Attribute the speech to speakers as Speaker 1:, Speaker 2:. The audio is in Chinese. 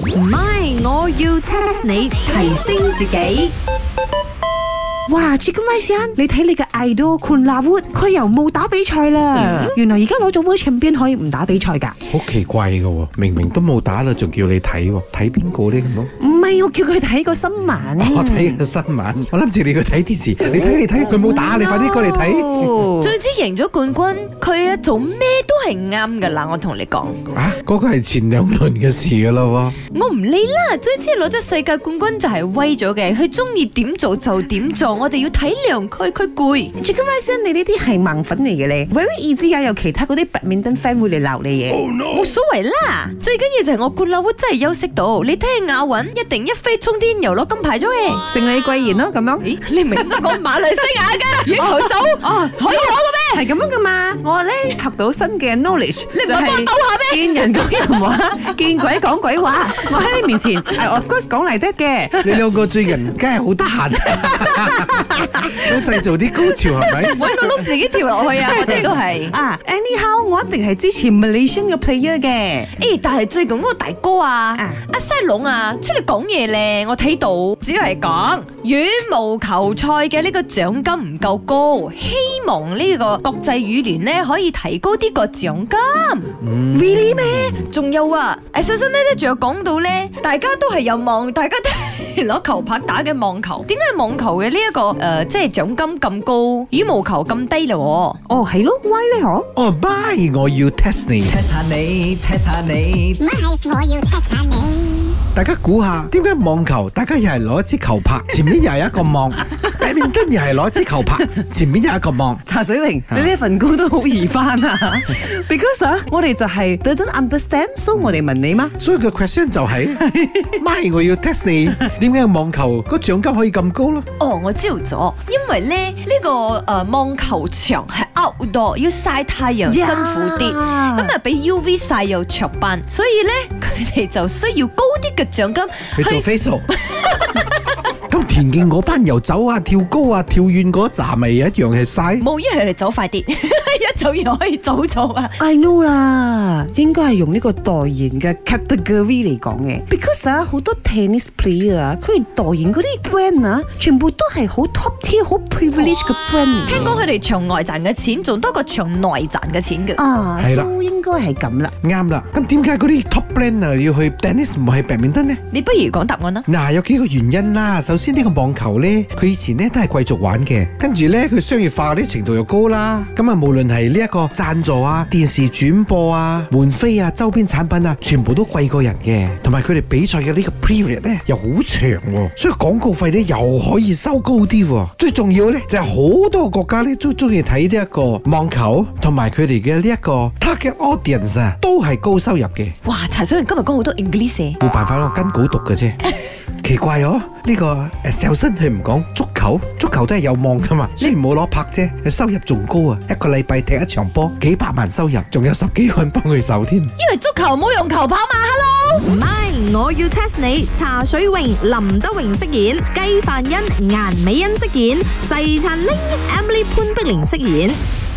Speaker 1: 唔係，我要 test 你提升自己。
Speaker 2: 哇，Chicken Rice 啊！你睇你嘅 idol Kun Lawood，佢又冇打比賽啦。原來而家攞咗 World Champion 可以唔打比賽㗎。
Speaker 3: 好奇怪嘅喎，明明都冇打啦，仲叫你睇喎，睇邊個呢？咁樣？
Speaker 2: 唔係，我叫佢睇個新聞。
Speaker 3: 我睇嘅新聞，我諗住你去睇電視，你睇你睇，佢冇打，你快啲過嚟睇。
Speaker 1: 睇。
Speaker 4: 最之贏咗冠軍，佢啊做咩都係啱噶啦，我同你講，
Speaker 3: 啊，嗰、個係前兩輪嘅事㗎啦 喎。
Speaker 4: 我唔理啦。最之攞咗世界冠軍就係威咗嘅，佢中意點做就點做，我哋要體諒佢，佢攰。
Speaker 2: Chicken Rice 啊你呢啲係盲粉嚟嘅咧，very easy 啊！有其他嗰啲白面燈 fan 會嚟鬧你嘢。
Speaker 3: Oh
Speaker 4: 冇所謂啦，最緊要就係我冠老真係休息到，你睇下亞運一定一飛沖天，又攞金牌咗嘅。
Speaker 2: 成李貴賢咯咁樣，
Speaker 4: 咦，你明得講馬來西亞嘅羽球手
Speaker 2: 哦
Speaker 4: 可以攞
Speaker 2: 係咁樣噶嘛？我咧學到新嘅 knowledge，
Speaker 4: 你唔係
Speaker 2: 就係
Speaker 4: 幫我鬥
Speaker 2: 見人講人話，見鬼講鬼話。我喺你面前係 of course 講嚟得嘅。
Speaker 3: 你兩個最近梗係好得閒， 都製造啲高潮係咪？
Speaker 4: 嘅咩？揾個窿自己跳落去啊！我哋都係。
Speaker 2: 啊，anyhow，我一定係支持 Malaysian 嘅 player 嘅。
Speaker 4: 诶、但係最近嗰個大哥啊
Speaker 2: 啊，
Speaker 4: 阿西龍啊，出嚟講嘢咧，我睇到主要係講羽毛球賽嘅呢個獎金唔夠高，希望呢個國際羽聯咧可以提高啲個獎金。
Speaker 2: Really 咩？
Speaker 4: 仲有啊，誒首先呢，咧，仲有講到咧，大家都係有望，大家都係攞球拍打嘅網球，點解網球嘅呢一個誒、呃即係獎金咁高，羽毛球咁低嘞喎？
Speaker 2: 哦，係咯，why 咧？嗬？
Speaker 3: 哦，my，我要 test 你。
Speaker 5: test 下你，test 下你
Speaker 6: My，我要 test 下你。
Speaker 3: 大家估下，點解網球大家又係攞一支球拍，前面又係一個網 b 面 d 又係攞一支球拍，前面又係一個網。
Speaker 2: 茶水榮，
Speaker 3: 啊
Speaker 2: 你呢一份工都好易翻 啊！Because 啊，我哋就係 doesn't understand，所以我哋問你嘛。
Speaker 3: 所以個 question 就係、咪我要 test 你，點解網球個獎金可以咁高咯？
Speaker 4: 哦，我知道咗，因為咧呢、呢個誒、呃、網球場係 outdoor，要曬太陽
Speaker 2: Yeah
Speaker 4: 辛苦啲，咁啊俾 UV 曬又灼斑，所以咧 佢哋就需要高啲嘅獎
Speaker 3: 去
Speaker 4: 金
Speaker 3: 做 facial。咁田徑嗰班又走啊、跳高啊、跳遠嗰扎咪一樣係晒。
Speaker 4: 冇，因為佢哋走快啲， 一走完可以早走啊。
Speaker 2: I know 啦，應該係用呢個代言嘅 category 嚟講嘅，because 啊好多 tennis player 啊，佢哋代言嗰啲 brand 啊，全部都係好 top tier、好 privileged 嘅 brand 嚟
Speaker 4: 聽
Speaker 2: 嘅。
Speaker 4: 講佢哋場外賺嘅錢仲多過場內賺嘅錢嘅。
Speaker 2: 啊，
Speaker 3: 係啦
Speaker 2: 都應該係咁啦。
Speaker 3: 啱啦，咁點解嗰啲 top brand 啊要去 tennis 唔係 badminton 呢？
Speaker 4: 你不如講答案啦。
Speaker 3: 嗱，有幾個原因啦。首先呢個網球呢，佢以前呢都係貴族玩嘅，跟住呢，佢商業化嗰啲程度又高啦。咁啊，無論係呢一個贊助啊、電視轉播啊、門飛啊、周邊產品啊，全部都貴過人嘅。同埋佢哋比賽嘅呢個 period 呢，又好長喎、所以廣告費呢又可以收高啲喎、最重要呢，就係、好多國家呢都中意睇呢一個網球，同埋佢哋嘅呢一個 target audience 啊，都係高收入嘅。
Speaker 4: 哇，陳小明今日講好多 English 嘢
Speaker 3: 冇辦法咯，跟稿讀嘅啫。奇怪哦，呢、個誒 s e l s o n 佢唔講足球，足球都係有望噶嘛。雖然冇攞拍啫，收入仲高啊！一個禮拜踢一場波，幾百萬收入，仲有十幾個人幫佢手添。
Speaker 4: 因為足球冇用球拍嘛，hello。
Speaker 1: 唔係，我要 test 你。茶水榮、林德榮飾演，雞凡欣、顏美欣飾演，細陳玲、Emily 潘碧玲飾演。